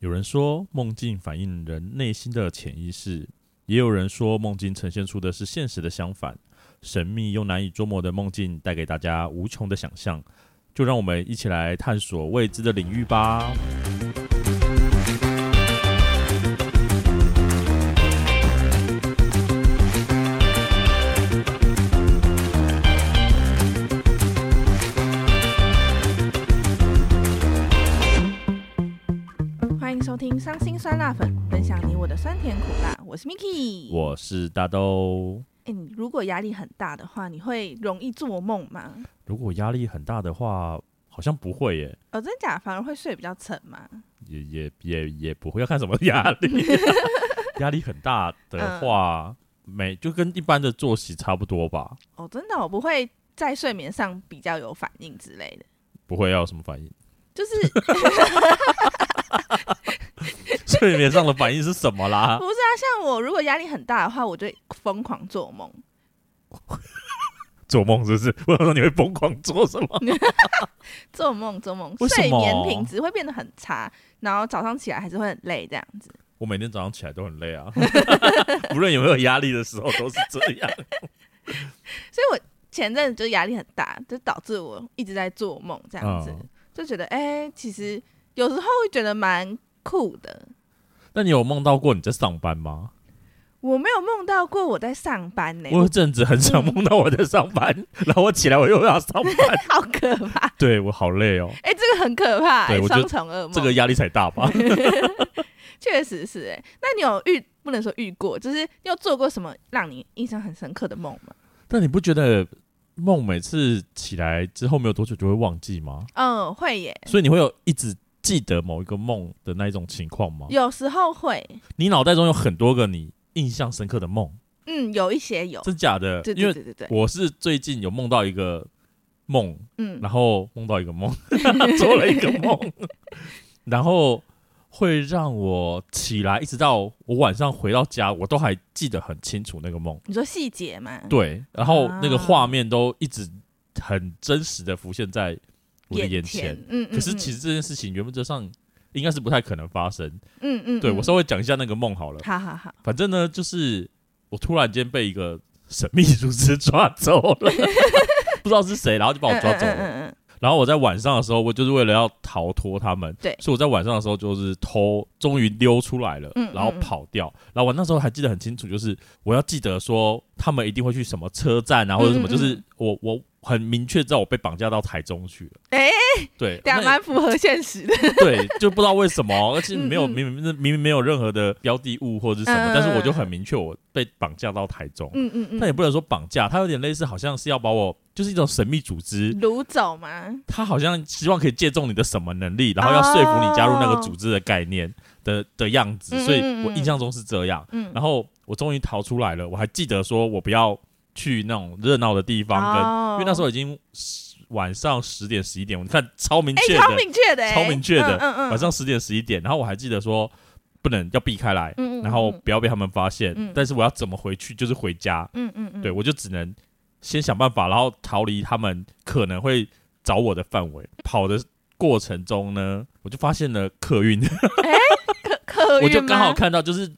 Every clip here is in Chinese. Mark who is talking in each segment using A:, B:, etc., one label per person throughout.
A: 有人说梦境反映人内心的潜意识，也有人说梦境呈现出的是现实的相反。神秘又难以捉摸的梦境带给大家无穷的想象，就让我们一起来探索未知的领域吧。
B: 欢迎收听《伤心酸辣粉》，分享你我的酸甜苦辣。我是 Miki。
A: 我是大豆。
B: 哎，你如果压力很大的话，你会容易做梦吗？
A: 如果压力很大的话，好像不会耶，
B: 哦，真假反而会睡比较沉吗？
A: 也也也也不会。要看什么压力、 压力很大的话，没就跟一般的作息差不多吧，
B: 哦，真的、哦，我不会在睡眠上比较有反应之类的，
A: 不会要有什么反应。
B: 就是
A: 睡眠上的反应是什么啦
B: 不？是啊？像我如果压力很大的话，我就会疯狂做梦。
A: 做梦是不是？ 我想说你会疯狂做什 么？
B: 做梦做梦，
A: 为什
B: 睡
A: 么
B: 眠品质会变得很差，然后早上起来还是会很累这样子。
A: 我每天早上起来都很累啊， 无论有没有压力的时候都是这 样。
B: 所以我前阵子就压力很大，就导致我一直在做梦这样子，
A: 嗯
B: 就觉得哎、其实有时候会觉得蛮酷的。
A: 那你有梦到过你在上班吗？
B: 我没有梦到过我在上班呢、
A: 我有阵子很想梦到我在上班， 然后我起来我又要上班，
B: 好可怕！
A: 对我好累哦，
B: 哎、这个很可怕、
A: 对
B: 哎
A: 我觉
B: 双
A: 得
B: 重噩 梦，
A: 这个压力才大 吧？
B: 确实是哎、那你有遇不能说遇过，就是你有做过什么让你印象很深刻的梦吗？
A: 但你不觉得梦每次起来之后没有多久就会忘记吗？
B: 嗯，会耶，
A: 所以你会有一直记得某一个梦的那一种情况吗？
B: 有时候会，
A: 你脑袋中有很多个你印象深刻的梦，
B: 嗯，有一些有，
A: 真假的？
B: 对
A: 因
B: 对
A: 为
B: 对对对，
A: 我是最近有梦到一个梦，
B: 嗯
A: 然后梦到一个 梦， 做了一个梦，然后会让我起来，一直到我晚上回到家，我都还记得很清楚那个梦。
B: 你说细节嘛，
A: 对，然后
B: 啊
A: 那个画面都一直很真实的浮现在我的眼前。
B: 前，嗯嗯，
A: 可是其实这件事情原本则上应该是不太可能发生。
B: 嗯，嗯嗯，
A: 对
B: 嗯
A: 我稍微讲一下那个梦好了。
B: 好好好，
A: 反正呢，就是我突然间被一个神秘组织抓走 了，不知道是谁，然后就把我抓走了。
B: 嗯嗯嗯嗯嗯
A: 然后我在晚上的时候，我就是为了要逃脱他们，
B: 对
A: 所以我在晚上的时候就是偷，终于溜出来了，
B: 嗯
A: 然后
B: 嗯嗯
A: 跑掉。然后我那时候还记得很清楚，就是我要记得说他们一定会去什么车站啊，或者什么，
B: 嗯嗯嗯
A: 就是我我很明确知道我被绑架到台中去了。
B: 哎
A: 对，
B: 对啊，
A: 那
B: 蛮符合现实的。
A: 对，就不知道为什么，而且没有
B: 嗯嗯
A: 明明明明没有任何的标的物或者是什么，
B: 嗯嗯
A: 但是我就很明确我被绑架到台中。
B: 嗯嗯
A: 但也
B: 嗯，
A: 不能说绑架，它有点类似，好像是要把我，就是一种神秘组织，
B: 掳走吗？
A: 他好像希望可以借重你的什么能力，然后要说服你加入那个组织的概念的、的样子
B: 嗯嗯嗯，
A: 所以我印象中是这样。
B: 嗯，
A: 然后我终于逃出来了，我还记得说我不要去那种热闹的地方，跟、
B: 哦
A: 因为那时候已经十晚上十点十一点，我看超明
B: 哎、
A: 确的，
B: 超明确的、哎
A: 超明确的
B: 嗯嗯，
A: 晚上十点十一点，然后我还记得说不能要避开来，
B: 嗯，嗯嗯，
A: 然后不要被他们发现，
B: 嗯
A: 但是我要怎么回去就是回家，
B: 嗯嗯嗯，
A: 对，我就只能先想办法，然后逃离他们可能会找我的范围。跑的过程中呢，我就发现了客运，
B: 可可
A: 我就
B: 运
A: 刚好
B: 吗，
A: 看到，就是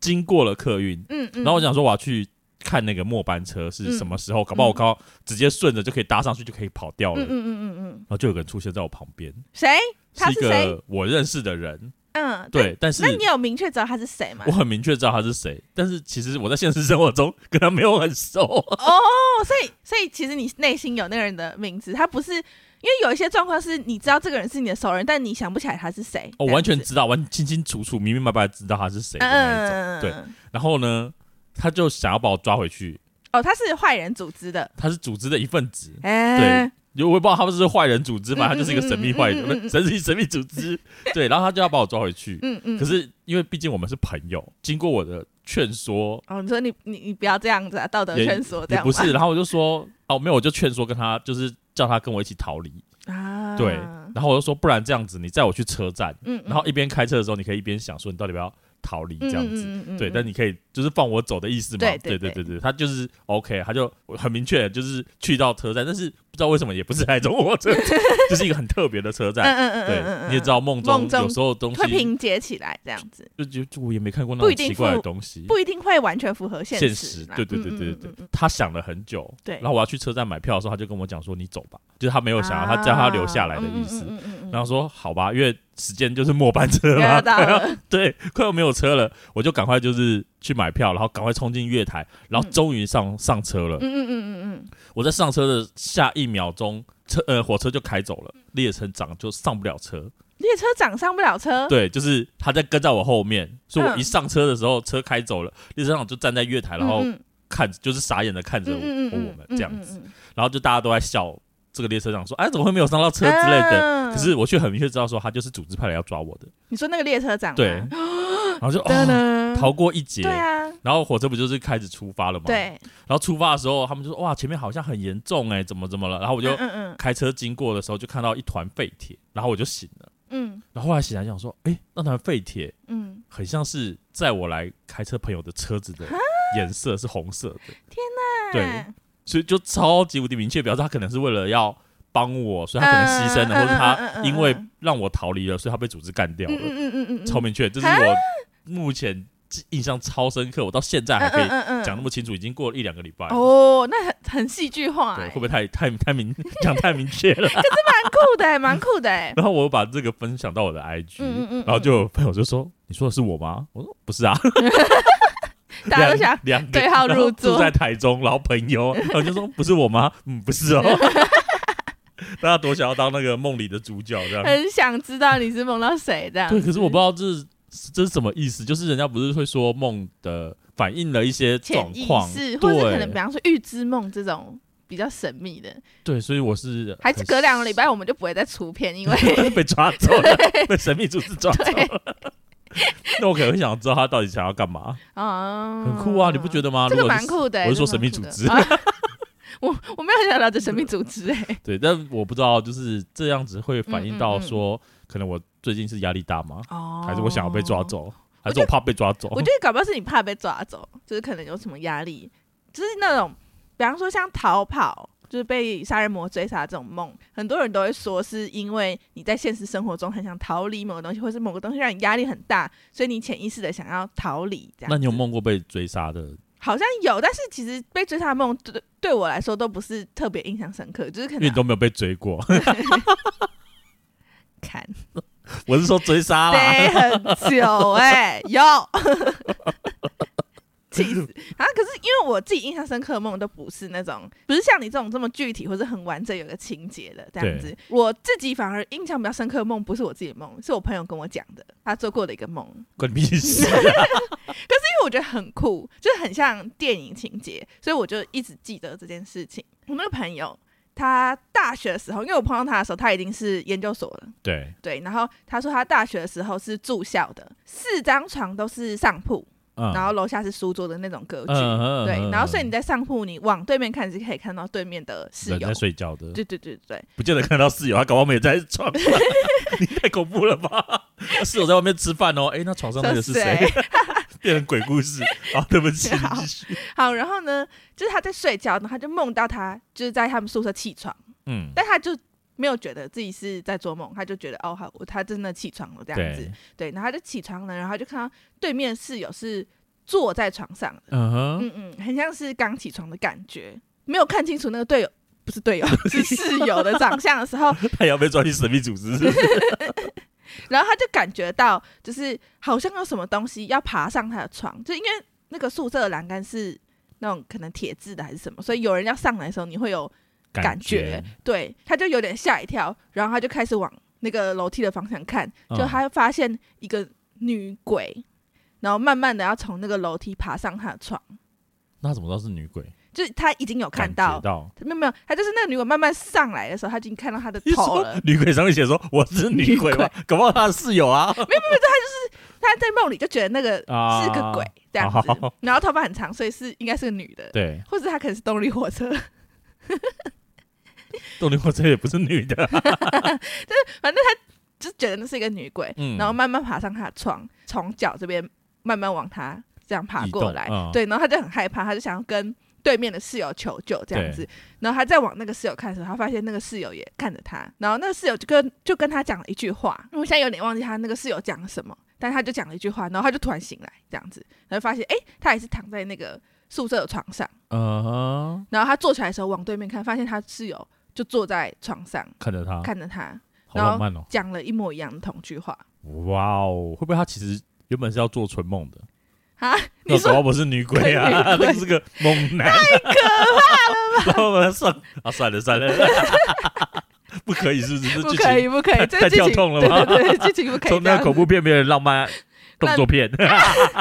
A: 经过了客运，
B: 嗯嗯，
A: 然后我想说我要去看那个末班车是什么时候，搞
B: 嗯
A: 不好我刚好直接顺着就可以搭上去，就可以跑掉了。
B: 嗯嗯嗯嗯嗯，
A: 然后就有个人出现在我旁边，
B: 谁？他
A: 哦一
B: 是谁
A: 个我认识的人，
B: 嗯，
A: 对，但是
B: 那你有明确知道他是谁吗
A: 我？很明确知道他是谁，但是其实我在现实生活中跟他没有很熟。
B: 哦，所以所以其实你内心有那个人的名字，他不是因为有一些状况是你知道这个人是你的熟人，但你想不起来他是谁。
A: 哦我、完全
B: 这样子
A: 知道，完清清楚楚、明明白白知道他是谁的那一种。
B: 嗯，
A: 对。然后呢，他就想要把我抓回去，
B: 哦，他是坏人组织的，
A: 他是组织的一份子。
B: 哎，
A: 因为我也不知道他们是坏人组织嘛，
B: 嗯
A: 他就是一个神秘坏人，
B: 嗯嗯
A: 不是
B: 嗯
A: 神秘神秘组织。对，然后他就要把我抓回去。
B: 嗯嗯。
A: 可是因为毕竟我们是朋友，经过我的劝说，
B: 哦，你说你你你不要这样子啊，道德
A: 也
B: 劝说这
A: 也
B: 样
A: 不
B: 吗
A: 是，然后我就说哦没有，我就劝说跟他，就是叫他跟我一起逃离。
B: 啊，
A: 对
B: 嗯，
A: 然后我就说不然这样子，你载我去车站，
B: 嗯
A: 然后一边开车的时候，你可以一边想说你到底要不要逃离这样子。
B: 嗯嗯嗯嗯
A: 对，
B: 嗯
A: 但你可以就是放我走的意思嘛？
B: 对
A: 对对
B: 对对
A: 对对，他就是 OK，他就很明确，就是去到车站，但是不知道为什么也不是台中火 车站，就是一个很特别的车
B: 嗯
A: 站。
B: 嗯嗯嗯嗯
A: 对，
B: 嗯，
A: 你也知道梦
B: 梦中
A: 有时候东
B: 会
A: 西嗯
B: 拼接起来这样子，
A: 就就就我也没看过那
B: 不
A: 种
B: 一定
A: 奇怪的
B: 附
A: 东西，
B: 不一定会完全符合现
A: 现
B: 实
A: 实
B: 啦。
A: 对对
B: 嗯
A: 对
B: 嗯
A: 对
B: 嗯
A: 对
B: 嗯嗯
A: 他想了很久，
B: 对
A: 然后我要去车站买票的时候，他就跟我讲说：“你走吧。”就是他没有想要他叫他留下来的意思。
B: 嗯啊嗯嗯嗯啊嗯嗯嗯
A: 然后说：“好吧，因为时间就是末班车了嘛，
B: 要 到了
A: 对，快要没有车了，我就赶快就是去买票，然后赶快冲进月台，然后终于上、上车了。
B: 嗯嗯嗯嗯
A: 我在上车的下一秒钟，车呃火车就开走了，列车长就上不了车。
B: 嗯，列车长上不了车，
A: 对，就是他在跟在我后面，所以我
B: 嗯
A: 一上车的时候，车开走了，列车长就站在月台，
B: 嗯，
A: 然后
B: 嗯
A: 看就是傻眼的看着我,、我们这样子。，
B: 嗯嗯嗯嗯嗯嗯嗯
A: 然后就大家都在笑这个列车长说：“哎，怎么会没有上到车
B: 嗯
A: 之类的？”
B: 嗯
A: 可是我却很明确知道说他就是组织派来要抓我的，
B: 你说那个列车长吗啊
A: 对，，然后就
B: 噔
A: 哦
B: 噔
A: 逃过一劫
B: 对。啊，
A: 然后火车不就是开始出发了吗？。
B: 对，
A: 然后出发的时候，他们就说：“哇，前面好像很严重哎、怎么怎么了？”然后我
B: 我
A: 就
B: 嗯嗯
A: 开车经过的时候，就看到一团废铁，然后我就醒了。
B: 嗯
A: 然后后来醒来想说：“哎，那团废铁
B: 嗯嗯，
A: 很像是载我来开车朋友的车子的颜色是红色的。”
B: 嗯
A: 对，所以就超级无敌明确，表示他可能是为了要帮我，所以他可能牺牲了，
B: 嗯
A: 或者
B: 嗯嗯嗯
A: 他
B: 嗯
A: 因为让我逃离了，所以他被组织干掉
B: 嗯
A: 了，
B: 嗯嗯嗯嗯，
A: 超明确。这是
B: 啊
A: 我目前印象超深刻，我到现在还可以
B: 以
A: 讲那么清楚，已经过了一两个礼拜了。
B: 嗯哦，那很很戏剧化
A: 对，
B: 欸，
A: 会不会太太太明 讲太明确了？
B: 蛮酷的欸，蛮酷的欸，
A: 然后我把这个分享到我的 IG，、
B: 嗯嗯嗯嗯
A: 然后就有朋友就说：“你说的是我吗？”我说：“不是啊，
B: 大家 都
A: 两
B: 想
A: 两个
B: 对号
A: 然后
B: 入座
A: 住在台中，然后朋友，然后就说不是我吗？嗯，不是哦。 大家多想要当那个梦里的主角这样。
B: 很想嗯知道你是梦到谁这样子，
A: 对，可是我不知道这是这是什么意思，就是人家不是会说梦的反映了一些状
B: 潜意
A: 况
B: 识，，或者是可能比
A: 对
B: 方说预知梦这种比较神秘的，
A: 对，所以我是
B: 还是隔两个礼拜我们就不会再出片， 因为
A: 被抓走了，被神秘组织抓走了。 那我可能会想知道他到底想要干嘛，
B: 啊，
A: 很酷啊，你不觉
B: 得？
A: 得吗？
B: 这
A: 如
B: 个
A: 果
B: 蛮
A: 是
B: 酷的欸，
A: 我是说
B: 这
A: 神
B: 个蛮
A: 秘
B: 酷
A: 组
B: 的
A: 织，
B: 啊 我我没有很想了解神秘组织哎，
A: 对，但我不知道就是这样子会反映到
B: 嗯嗯嗯
A: 说，可能我最近是压力大吗？
B: 哦
A: 还是我想要被抓走？还是我怕被抓走？
B: 我觉得搞不好是你怕被抓走，就是可能有什么压力，就是那种，比方说像逃跑，就是被杀人魔追杀这种梦，很多人都会说是因为你在现实生活中很想逃离某个东西，或是某个东西让你压力很大，所以你潜意识的想要逃离。这样，
A: 那你有？梦过被追杀的？
B: 好像有，但是其实被追杀的梦对对我来说都不是特别印象深刻，就是可
A: 因为你
B: 能
A: 都没有被追过，
B: 看
A: 我是说追杀啦。
B: 飞很久哎、有。 气死啊！可是因为我自己印象深刻的梦都不是那种，不是像你这种这么具体或者很完整有个情节的这样子。我自己反而印象比较深刻的梦不是我自己的梦，是我朋友跟我讲的，他做过的一个梦。
A: 关你屁事啊！
B: 因为我觉得很酷，就是很像电影情节，所以我就一直记得这件事情。我那个朋友，他大学的时候，因为我碰到他的时候，他已经是研究所了，
A: 对，
B: 对，然后他说他大学的时候是住校的，四张床都是上铺，
A: 嗯，
B: 然后楼下是书桌的那种格局。
A: 嗯
B: 对，然后所以你在上铺，你往对面看是可以看到对面的室
A: 人
B: 友
A: 在。睡觉的，
B: 对对对对，
A: 不见得看到室友，他搞不好没有在床上。你太恐怖了吧？ 室友在外面吃饭哦，哎，那床上那个是谁？？
B: 哎
A: 变成鬼故事啊！对不起，
B: 好
A: 你继续。
B: 好，然后呢，就是他在睡觉，然后他就梦到他就是在他们宿舍起床，
A: 嗯，
B: 但他就没有觉得自己是在做梦，他就觉得哦，好，我他真的起床了这样子
A: 对。，
B: 对，然后他就起床了，然后他就看到对面室友是坐在床上的，
A: 嗯哼，
B: 嗯嗯，很像是刚起床的感觉，没有看清楚那个队友不是队友是室友的长相的时候，
A: 他也要被抓进神秘组织，是不是
B: 然后他就感觉到就是好像有什么东西要爬上他的床，就因为那个宿舍的栏杆是那种可能铁质的还是什么，所以有人要上来的时候你会有 感觉，对，他就有点吓一跳，然后他就开始往那个楼梯的方向看，
A: 嗯
B: 就他发现一个女鬼，然后慢慢的要从那个楼梯爬上他的床，
A: 那怎么知道是女鬼？
B: 就是他已经有看
A: 感
B: 到
A: 觉。到
B: 没有没有，他就是那个女鬼慢慢上来的时候，他已经看到她的
A: 你
B: 头
A: 说
B: 了。
A: 女鬼上面写说我是女鬼吗？搞不好他的室友啊，
B: 他在梦里就觉得那个
A: 啊
B: 是个鬼这样子
A: 好，
B: 然后头发很长，所以是应该是个女的，
A: 对，
B: 或者她可能是动力火车，
A: 动力火车也不是女的，
B: 就觉得那是一个女鬼，
A: 嗯
B: 然后慢慢爬上她的床，从脚这边慢慢往她这样爬
A: 移动
B: 过来，
A: 嗯
B: 对，然后他就很害怕，他就想要跟对面的室友求救这样子，然后他再往那个室友看的时候，他发现那个室友也看着他，然后那个室友就跟就跟他讲了一句话，因为我现在有点忘记他那个室友讲了什么，但他就讲了一句话，然后他就突然醒来这样子，然后发现诶，他也是躺在那个宿舍的床上，
A: 嗯哼，
B: 然后他坐起来的时候往对面看，发现他室友就坐在床上
A: 看着他，
B: 看着他，
A: 好浪漫哦！
B: 讲了一模一样的同句话
A: 哇哦，会不会他其实原本是要做春梦的？
B: 啊，
A: 那搞
B: 你说
A: 不好我是女鬼啊，
B: 女 鬼
A: 那是个猛男，太可怕了吧？ 然后把他上啊，算了算了， 不可以是不是？这
B: 不
A: 剧
B: 可
A: 情
B: 以不可以，这
A: 太
B: 剧情
A: 跳痛了吧
B: 对对对，剧情不可以
A: 从那
B: 这样
A: 个
B: 子，
A: 恐怖片变成浪漫动作片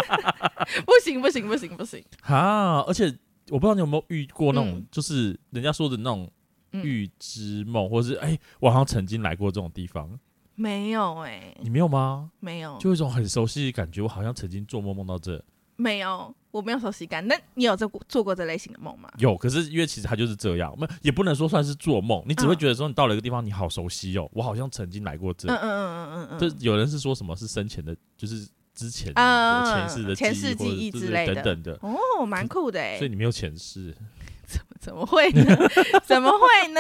B: 不行不行不行不行，
A: 啊！而且我不知道你有没有遇过那种
B: 嗯，
A: 就是人家说的那种
B: 嗯
A: 预知梦，或是哎，我好像曾经来过这种地方，
B: 嗯没有哎、
A: 你没有吗？
B: 没有，
A: 就有一种很熟悉的感觉，我好像曾经做梦梦到这
B: 没有，我没有熟悉感。那你有做过做过这类型的梦吗？
A: 有，可是因为其实它就是这样，没也不能说算是做梦，你只会
B: 嗯
A: 觉得说你到了一个地方，你好熟悉哦，我好像曾经来过这
B: 嗯嗯嗯嗯嗯
A: 这
B: 嗯，
A: 有人是说什么是生前的，就是之前
B: 啊
A: 的前世的
B: 前世
A: 记忆或者
B: 记忆
A: 对
B: 之
A: 对
B: 类的
A: 等等的，
B: 哦，蛮酷的哎
A: 所以，你没有前世
B: 怎么会呢？怎么会呢？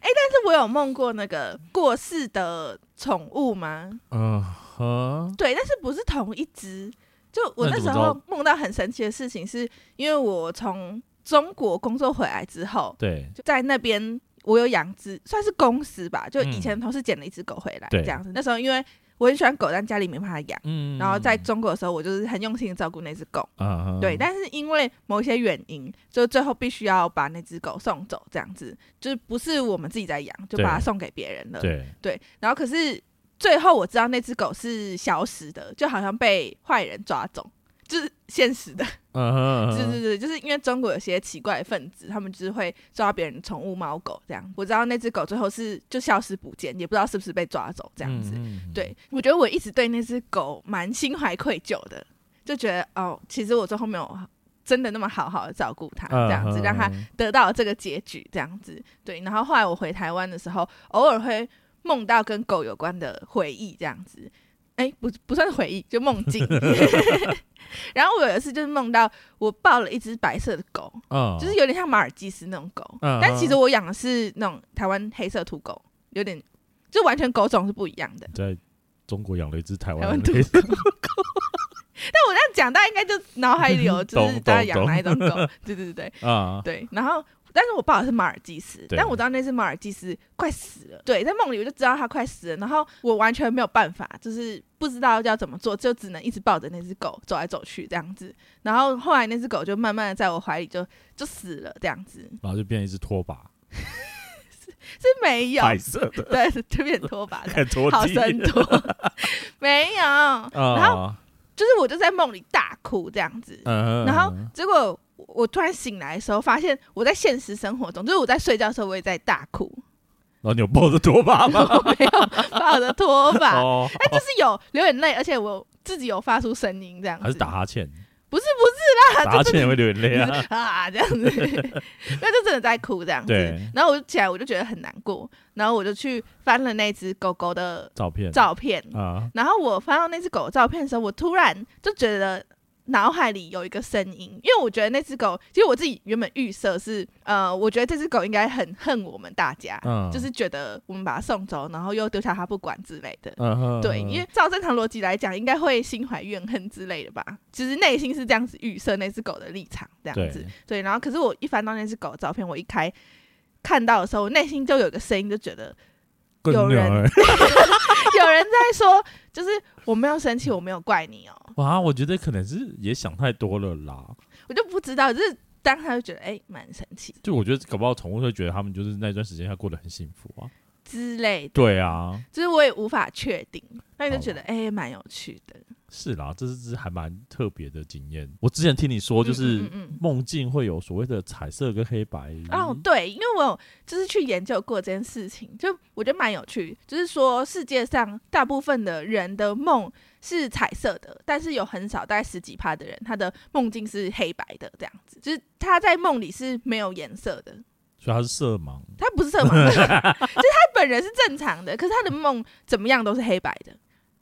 B: 哎、但是我有梦过那个过世的宠物吗？
A: 嗯哼，
B: 对，但是不是同一只？就我
A: 那
B: 那
A: 你
B: 时
A: 怎么
B: 候梦到很神奇的事情是，因为我从中国工作回来之后，
A: 对
B: 就在那边，我有养只算是公司吧，就以前同事捡了一只狗回来，
A: 嗯对
B: 这样子。那时候因为我很喜欢狗，但家里没办法养，
A: 嗯，
B: 然后在中国的时候，我就是很用心的照顾那只狗。
A: 嗯哼
B: 对，但是因为某些原因，就最后必须要把那只狗送走，这样子就是不是我们自己在养，就
A: 对
B: 把它送给别人了。
A: 对
B: 对，然后可是最后我知道那只狗是消失的，就好像被坏人抓走，就是现实的。
A: 嗯哼，嗯
B: 对
A: 哼
B: 对对，就是因为中国有些奇怪的分子，他们就是会抓别人的宠物猫狗这样。我知道那只狗最后是就消失不见，也不知道是不是被抓走这样子。
A: 嗯嗯嗯
B: 对我觉得我一直对那只狗蛮心怀愧疚的，就觉得哦，其实我最后没有真的那么好好的照顾它，这样子、
A: 嗯
B: 让它
A: 嗯
B: 得到这个结局这样子。对，然后后来我回台湾的时候，偶尔会梦到跟狗有关的回忆这样子。哎，不不算回忆，就梦 境。然后我有一次就是梦到我抱了一只白色的狗，
A: 嗯
B: 就是有点像马尔济斯那种狗，
A: 嗯
B: 但其实我养的是那种台湾黑色土狗，有点就完全狗种是不一样的。
A: 在中国养了一只台
B: 台
A: 湾
B: 湾土
A: 黑
B: 狗。但我这样讲，大家应该就脑海里有就
A: 懂
B: 是
A: 懂
B: 大家养
A: 懂
B: 哪一种狗，对对对对
A: 啊，
B: 对。然后，但是我爸爸是马尔济斯，
A: 对
B: 但我知道那只马尔济斯快死了。对，在梦里我就知道它快死了，然后我完全没有办法，就是不知道要怎么做，就只能一直抱着那只狗走来走去这样子。然后后来那只狗就慢慢的在我怀里就就死了这样子，
A: 然后就变成一只拖把，
B: 是没有，
A: 白色 的，
B: 对，就变拖 把的，
A: 看拖
B: 好
A: 地
B: 生拖，没有。然后
A: 啊，
B: 就是我就在梦里大哭这样子，
A: 嗯
B: 然后结果我我突然醒来的时候，发现我在现实生活中，就是我在睡觉的时候，我也在大哭，
A: 然后你有抱着拖把吗？
B: 我 没有把我的拖把，
A: 哦，
B: 但就是有流眼泪，而且我自己有发出声音这样子，
A: 还是打哈欠？
B: 不是不是啦，
A: 打哈
B: 就
A: 欠也
B: 是
A: 会流眼泪啊。
B: 啊这样子，那就真的在哭这样子
A: 对。
B: 然后我就起来，我就觉得很难过，然后我就去翻了那只狗狗的
A: 照片
B: 照片，
A: 啊，
B: 然后我翻到那只狗的照片的时候，我突然就觉得脑海里有一个声音，因为我觉得那只狗，其实我自己原本预设是，呃，我觉得这只狗应该很恨我们大家，
A: 嗯，
B: 就是觉得我们把它送走，然后又丢下它不管之类的。
A: 嗯哼，
B: 对，
A: 嗯
B: 因为照正常逻辑来讲，应该会心怀怨恨之类的吧。其实内心是这样子预设那只狗的立场，这样子。对，然后可是我一翻到那只狗的照片，我一开看到的时候，我内心就有一个声音，就觉得
A: 对
B: 有人
A: 更牛欸
B: 有人在说，就是我没有生气，我没有怪你哦、
A: 哇，我觉得可能是也想太多了啦。
B: 我就不知道，就是当他就觉得哎，蛮、神奇
A: 就我觉得搞不好宠物会觉得他们就是那段时间他过得很幸福啊。
B: 之类的，
A: 对啊，
B: 就是我也无法确定，那你就觉得哎，蛮、有趣的，
A: 是啦，这是只还蛮特别的经验。我之前听你说，就
B: 嗯
A: 是
B: 嗯嗯
A: 梦境会有所谓的彩色跟黑白。
B: 嗯哦，对，因为我有就是去研究过这件事情，就我觉得蛮有趣，就是说世界上大部分的人的梦是彩色的，但是有很少大概十几趴的人，他的梦境是黑白的这样子，就是他在梦里是没有颜色的，
A: 所以它是色盲。
B: 他不是色盲，就是他本人是正常的，可是他的梦怎么样都是黑白的。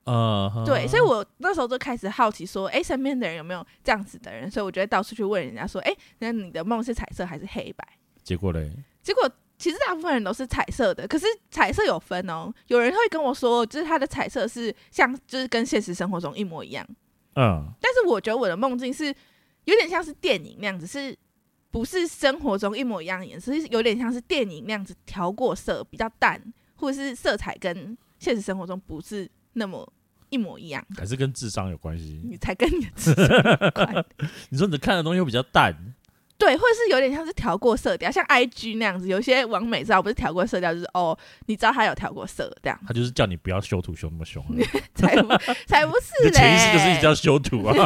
A: 呃，
B: 对，所以我那时候就开始好奇说，哎、身边的人有没有这样子的人？所以我就会到处去问人家说，哎、那你的梦是彩色还是黑白？
A: 结果嘞，
B: 结果其实大部分人都是彩色的，可是彩色有分哦。有人会跟我说，就是他的彩色是像，就是跟现实生活中一模一样。
A: 嗯，
B: 但是我觉得我的梦境是有点像是电影那样子，是不是生活中一模一样的颜色？是有点像是电影那样子调过色，比较淡，或者是色彩跟现实生活中不是那么一模一样的。
A: 还是跟智商有关系。
B: 你才跟你的 智商有关，
A: 你说你看的东西会比较淡，
B: 对，或者是有点像是调过色调，像 I G 那样子，有些完美照不是调过色调，就是哦，你知道他有调过色这样，
A: 他就是叫你不要修图修那么凶啊、
B: 才不才不
A: 你
B: 是
A: 的潜
B: 嘞。
A: 意识就是一直要修图啊，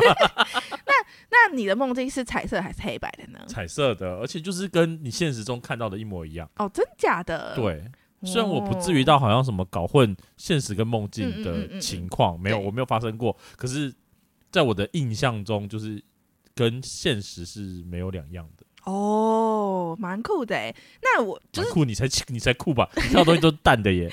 B: 那你的梦境是彩色还是黑白的呢？
A: 彩色的，而且就是跟你现实中看到的一模一样。
B: 哦，真假的？
A: 对，
B: 哦，
A: 虽然我不至于到好像什么搞混现实跟梦境
B: 嗯嗯嗯嗯
A: 的
B: 嗯
A: 情况，没有，
B: 对
A: 我没有发生过。可是，在我的印象中，就是跟现实是没有两样的。
B: 哦，蛮酷的哎。那我就
A: 蛮
B: 是
A: 酷，你才你才酷吧？你看到东西都是淡的 耶。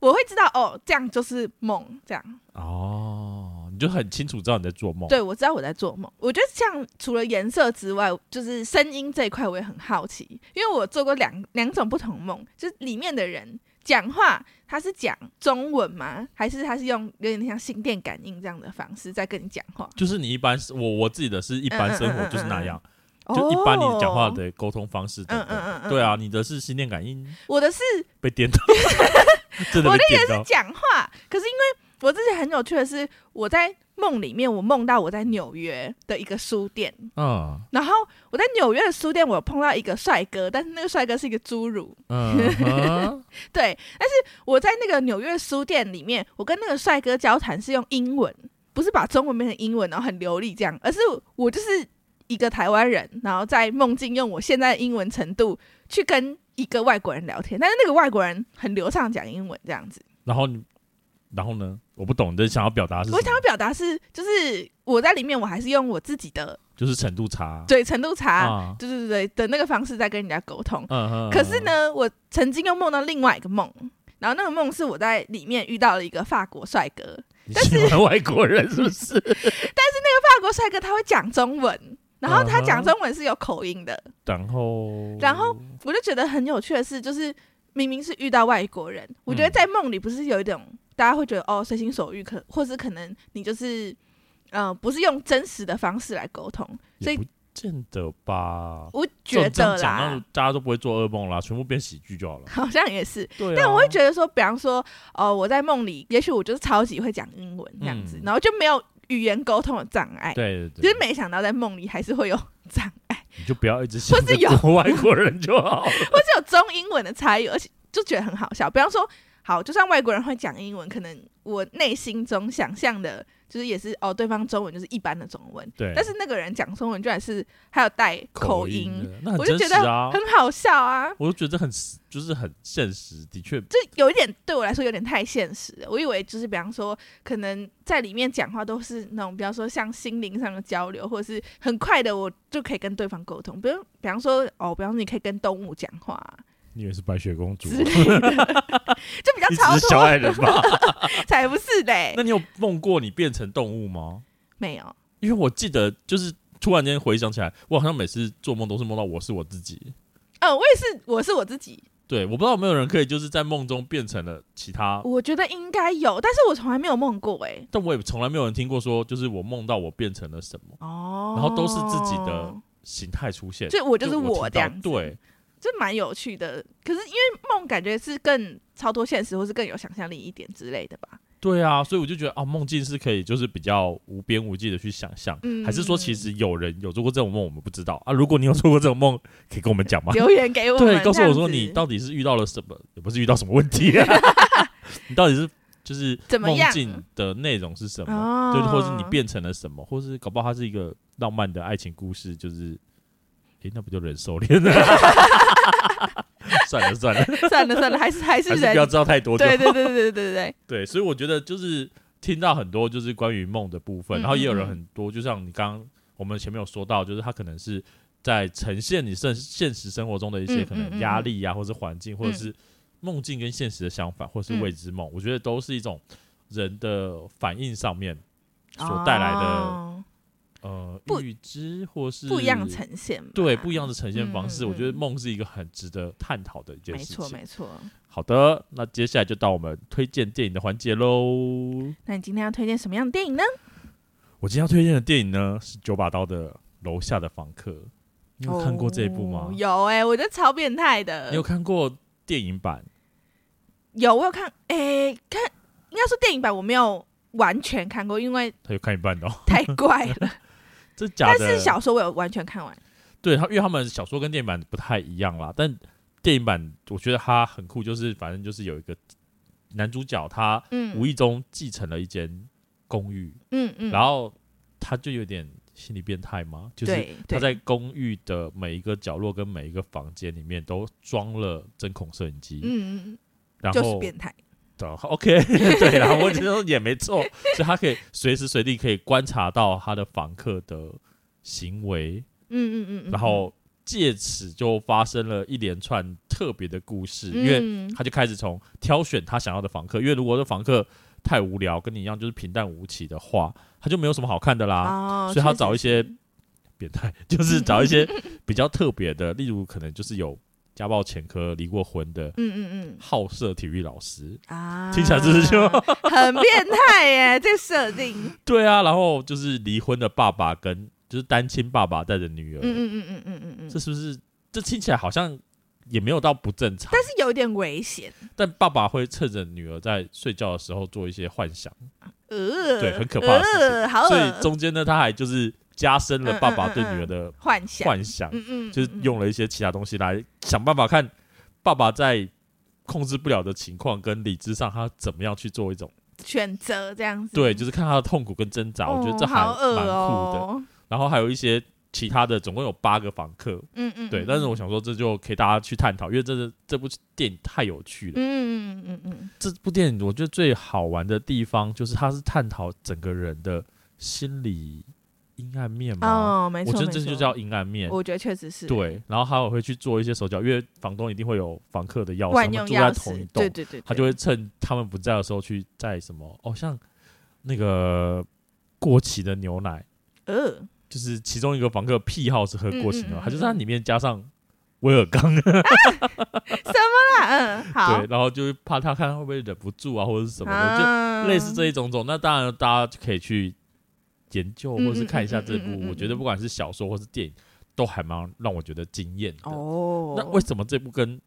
B: 我会知道哦，这样就是梦，这样。
A: 哦，你就很清楚知道你在做梦。
B: 对，我知道我在做梦。我觉得像除了颜色之外，就是声音这一块我也很好奇，因为我做过两两种不同的梦，就是里面的人讲话，他是讲中文吗？还是他是用有点像心电感应这样的方式在跟你讲话？
A: 就是你一般是我我自己的是一般生
B: 嗯嗯嗯
A: 活
B: 嗯哦
A: 就是那样，就一般你讲话的沟通方式等
B: 嗯，嗯
A: 等。
B: 嗯嗯，
A: 对，啊，你的是心电感应
B: 我的是
A: 被颠倒， 真的被颠倒。
B: 讲话，可是因为我自己很有趣的是，我在梦里面，我梦到我在纽约的一个书店，
A: 嗯
B: 然后我在纽约的书店，我有碰到一个帅哥，但是那个帅哥是一个侏儒。
A: 嗯 哼，
B: 对，但是我在那个纽约书店里面，我跟那个帅哥交谈是用英文，不是把中文变成英文，然后很流利这样，而是我就是一个台湾人，然后在梦境用我现在的英文程度去跟一个外国人聊天，但是那个外国人很流畅讲英文这样子。
A: 然后你，然后呢？我不懂你的想要表达是什
B: 我想
A: 么
B: 要，表达是，就是我在里面，我还是用我自己的
A: 就是程度差。
B: 对程度差，
A: 啊，
B: 对对对对的那个方式在跟人家沟通。
A: 嗯哼。
B: 可是，呢，我曾经又梦到另外一个梦，然后那个梦是我在里面遇到了一个法国帅哥，
A: 你喜欢外国人是不是？
B: 法国帅哥他会讲中文，然后他
A: 嗯哼
B: 讲中文是有口音的，
A: 然后，
B: 然后我就觉得很有趣的是，就是明明是遇到外国人，我觉得
A: 嗯
B: 在梦里不是有一种大家会觉得哦随心所欲可，或是可能你就是呃不是用真实的方式来沟通，所
A: 也
B: 以
A: 不见得吧。
B: 我
A: 这种
B: 觉得
A: 这样讲
B: 啦
A: 那，大家都不会做噩梦啦，全部变喜剧 就好了。
B: 好像也是，
A: 对、啊
B: 但我会觉得说，比方说哦我在梦里，也许我就是超级会讲英文这样子，
A: 嗯
B: 然后就没有语言沟通的障碍
A: 得，对对
B: 就
A: 对，
B: 是没想到在梦里还是会有障 碍。
A: 你就不要一直想
B: 或是有
A: 着国外国人就 好了。
B: 或是有中英文的差异，而且就觉得很好笑。比方说，好，就算外国人会讲英文，可能我内心中想象的，就是也是哦，对方中文就是一般的中文，
A: 对，
B: 但是那个人讲中文居然是还有带口
A: 口
B: 音，
A: 的那很
B: 我就
A: 真
B: 觉
A: 实
B: 得
A: 啊，
B: 很好笑啊。
A: 我就觉得很实就是很现实，的确，
B: 就有一点对我来说有点太现实了，我以为就是比方说，可能在里面讲话都是那种，比方说像心灵上的交流，或者是很快的我就可以跟对方沟通，比如比方说哦，比方说你可以跟动物讲话啊
A: 你以为是白雪公主
B: 之
A: 啊，
B: 类的，就比较
A: 你只
B: 超
A: 是小
B: 脱
A: 矮人吧？
B: 才不是嘞
A: 那，你有梦过你变成动物吗？
B: 没有
A: 因为我记得就是突然间回想起来，我好像每次做梦都是梦到我是我自己。
B: 嗯，我也是，我是我自己，
A: 对，我不知道有没有人可以就是在梦中变成了其他，
B: 我觉得应该有，但是我从来没有梦过哎、
A: 但我也从来没有人听过说，就是我梦到我变成了什么
B: 哦，
A: 然后都是自己的，形态出现。
B: 就我就是
A: 就
B: 我
A: 听到
B: 这样子，
A: 对，
B: 就蛮有趣的。可是因为梦感觉是更超脱现实，或是更有想象力一点之类的吧。
A: 对啊，所以我就觉得啊，梦境是可以就是比较无边无际的去想象，
B: 嗯
A: 还是说其 实有人有做过这种梦，我们不知道啊？如果你有做过这种梦，可以跟我们讲吗？
B: 留言给我们，
A: 对，告诉我说
B: 这样子
A: 你到底是遇到了什么，也不是遇到什么问题、啊， 你到底是就是
B: 怎么
A: 梦
B: 样
A: 境的内容是什么？
B: 哦，
A: 对，或是你变成了什么，或是搞不好它是一个浪漫的爱情故事，就是，诶，那不就人兽恋了？ 算了 算了，
B: 算了算了，还是还是
A: 还是
B: 人
A: 不要，知道太多就好
B: 对对对对对对对，
A: 对，所以我觉得就是听到很多就是关于梦的部分，
B: 嗯
A: 然后也有人
B: 嗯嗯
A: 很多，就像你刚刚我们前面有说到，就是他可能是在呈现你现现实生活中的一些
B: 嗯
A: 可
B: 嗯嗯
A: 能
B: 嗯
A: 压
B: 嗯
A: 力啊，或是环境，或者是梦境跟现实的相反，或是未知梦，我觉得都是一种人的反应上面所带来的、
B: 哦
A: 呃
B: 不
A: 预知或是
B: 不一样的呈现吧，
A: 对不一样的呈现方式，
B: 嗯嗯
A: 我觉得
B: 嗯
A: 梦是一个很值得探讨的一件
B: 没
A: 事情。
B: 错没错。
A: 好的，那接下来就到我们推荐电影的环节喽。
B: 那你今天要推荐什么样的电影呢？
A: 我今天要推荐的电影呢是九把刀的《楼下的房客》，你有看过这一部吗？
B: 哦有哎、我觉得超变态的。
A: 你有看过电影版？
B: 有我有看哎、看应该说电影版我没有完全看过，因为
A: 他就看一半的、哦，
B: 太怪了。
A: 这 假
B: 但
A: 的。
B: 是小说我有完全看完。
A: 对他，因为他们小说跟电影版不太一样啦，但电影版我觉得它很酷，就是反正就是有一个男主角他
B: 嗯，
A: 无意中继承了一间公寓，
B: 嗯嗯，
A: 然后他就有点心理变态嘛，就是
B: 对
A: 他
B: 对
A: 在公寓的每一个角落跟每一个房间里面都装了针孔摄影机，
B: 嗯嗯
A: 然
B: 嗯，就是
A: 后
B: 变态。
A: 对 OK 对啦，我觉得也没错，所以他可以随时随地可以观察到他的房客的行为，
B: 嗯嗯嗯嗯，
A: 然后借此就发生了一连串特别的故事，因为
B: 嗯
A: 他就开始从挑选他想要的房客，因为如果这房客太无聊，跟你一样就是平淡无奇的话，他就没有什么好看的啦。
B: 哦，
A: 啊所以他
B: 确实
A: 找一些
B: 是
A: 变态，就是找一些 比较特别的，例如可能就是有家暴前科、离过婚的
B: 嗯嗯
A: 好色体育老师。
B: 嗯啊，
A: 听起来是不是就
B: 很变态耶？这个设定，
A: 对啊，然后就是离婚的爸爸跟就是单亲爸爸带着女儿，
B: 嗯嗯嗯嗯嗯嗯嗯，
A: 这
B: 但
A: 是不是这听起来好像也没有到不正常？
B: 是有点危险，
A: 但爸爸会趁着女儿在睡觉的时候做一些幻想，
B: 呃，
A: 对很可怕的事情
B: 呃，好恶，
A: 所以中间呢，他还就是加深了爸爸对
B: 嗯嗯嗯嗯
A: 女儿的
B: 幻想，
A: 幻想，
B: 嗯嗯，
A: 就是
B: 嗯嗯
A: 用了一些其他东西来想办法看爸爸在控制不了的情况跟理智上，他怎么样去做一
B: 嗯
A: 种
B: 选择这样子，
A: 对，就是看他的痛苦跟挣扎。我觉得这
B: 哦
A: 还
B: 好恶
A: 蛮酷的。
B: 哦，
A: 然后还有一些其他的，总共有八个房客，
B: 嗯嗯，
A: 对。
B: 嗯
A: 但是我，想说，这就可以大家去探讨，因为这是这部电影太有趣了。
B: 嗯嗯嗯嗯嗯，
A: 这部电影我觉得最好玩的地方就是它是探讨整个人的心理阴暗面
B: 嗯
A: 嘛。
B: 哦，没
A: 啊我
B: 错，
A: 觉得
B: 没
A: 这就
B: 错
A: 叫，阴暗面。
B: 我觉得确实是，
A: 对，然后还有会去做一些手脚，因为房东一定会有房客的钥匙，他
B: 万
A: 们
B: 用
A: 住在
B: 钥
A: 同一
B: 匙，
A: 栋
B: 对，对对，
A: 他
B: 对
A: 就会趁他们不在的时候去在什么哦，像那个过期的牛奶，
B: 呃，
A: 就是其中一个房客癖好是喝过期牛
B: 嗯
A: 奶，
B: 嗯嗯
A: 他就在里面加上威尔刚，
B: 那嗯好
A: 对，，然后就怕他看会不会忍不住啊，或者是什么的，就
B: 啊
A: 类似这一种种，那当然大家就可以去研究或是看一下这部。
B: 嗯嗯嗯嗯嗯嗯
A: 我觉得不管是小说或是电影，都还蛮让我觉得惊艳的。
B: 哦，
A: 那为什么这部跟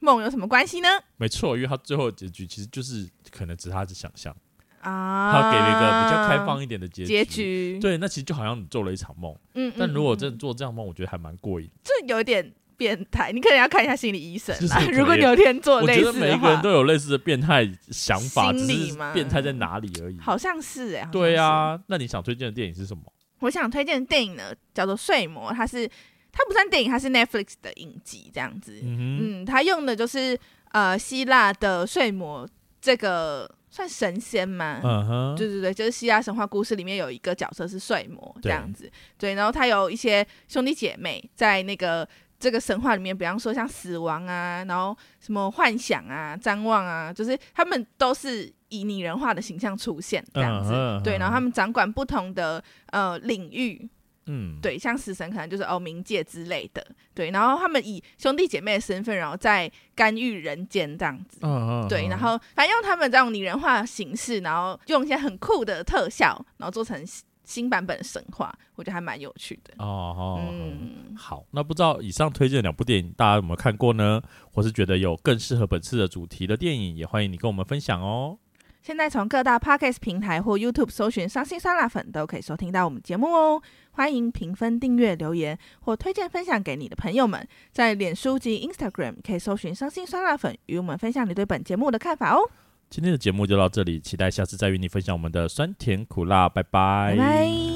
B: 梦有什么关系呢？
A: 没错，因为他最后的结局其实就是可能只是他的想象，
B: 啊，
A: 他给了一个比较开放一点的结
B: 结。局，，
A: 对，那其实就好像你做了一场梦，
B: 嗯，嗯
A: 但如果真
B: 嗯
A: 的做这样梦，我觉得还蛮过瘾。
B: 这有点变态，你可能要看一下心理医生啦
A: 就是可。能
B: 如果你有一天做
A: 我
B: 类
A: 觉得
B: 似
A: 每
B: 的
A: 一个人
B: 话
A: 都，有类似的变态想法，只
B: 心理
A: 是
B: 嘛
A: 变态在哪里而已。
B: 好像是哎，
A: 对
B: 啊，
A: 啊，那你想推荐的电影是什么？
B: 我想推荐的电影呢，叫做《睡魔》，它是它不算电影，它是 Netflix 的影集这样子。
A: 嗯
B: 嗯，它用的就是呃希腊的睡魔这个算神仙吗？
A: 哼，嗯哼，
B: 对对对，就是希腊神话故事里面有一个角色是睡魔这
A: 对
B: 样子，对，然后他有一些兄弟姐妹在那个这个神话里面，比方说像死亡啊，然后什么幻想啊、张望啊，就是他们都是以拟人化的形象出现这样子，
A: 嗯哼
B: 对，然后他们掌管不同的呃领域，
A: 嗯，
B: 对，像死神可能就是哦冥界之类的，对，然后他们以兄弟姐妹的身份，然后在干预人间这样子，
A: 嗯，嗯
B: 对，
A: 嗯
B: 然后反正用他们这种拟人化的形式，然后用一些很酷的特效，然后做成新新版本的神话，我觉得还蛮有趣的。
A: 哦哦，嗯
B: 嗯，
A: 好，那不知道以上推荐的两部电影大家有没有看过呢？或是觉得有更适合本次的主题的电影，也欢迎你跟我们分享哦。
B: 现在从各大 podcast 平台或 YouTube 搜寻“伤心酸辣粉”都可以收听到我们节目哦。欢迎评分、订阅、留言或推荐分享给你的朋友们。在脸书及 Instagram 可以搜寻“伤心酸辣粉”，与我们分享你对本节目的看法哦。
A: 今天的节目就到这里，期待下次再与你分享我们的酸甜苦辣，拜
B: 拜拜。